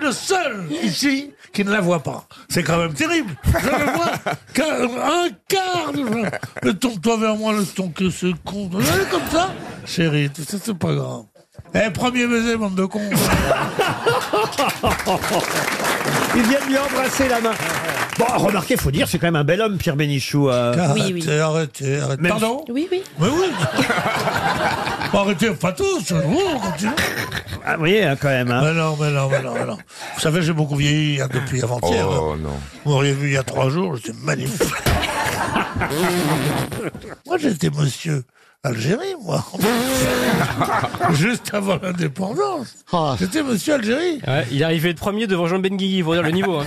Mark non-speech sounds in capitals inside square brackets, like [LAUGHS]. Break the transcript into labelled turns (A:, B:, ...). A: le seul ici qui ne la voit pas. C'est quand même terrible. Je ne vois qu'un quart de gens. Le tourne-toi vers moi, le ton que ce con. Vous voyez, Comme ça, chérie, tu sais, c'est pas grave. Eh, premier baiser, bande de cons.
B: Il vient de lui embrasser la main. Bon, remarquez, faut dire, c'est quand même un bel homme, Pierre Bénichou. euh,
A: Arrêtez,
C: Oui, oui.
A: arrêtez, arrêtez.
B: Même-
A: Pardon
C: Oui, oui.
A: Mais oui. arrêtez, pas tous. Vous, continuez.
B: ah, vous voyez, hein, quand même. hein.
A: Mais non, mais non, mais non, mais non. Vous savez, j'ai beaucoup vieilli hein, depuis avant-hier.
D: Oh non.
A: Vous m'auriez vu il y a trois jours, j'étais
D: [LAUGHS]
A: magnifique. moi, j'étais monsieur Algérie, moi. [LAUGHS] Juste avant l'indépendance. J'étais monsieur Algérie.
E: Ouais, il est arrivé de premier devant Jean Benguigui, pour dire le niveau. hein.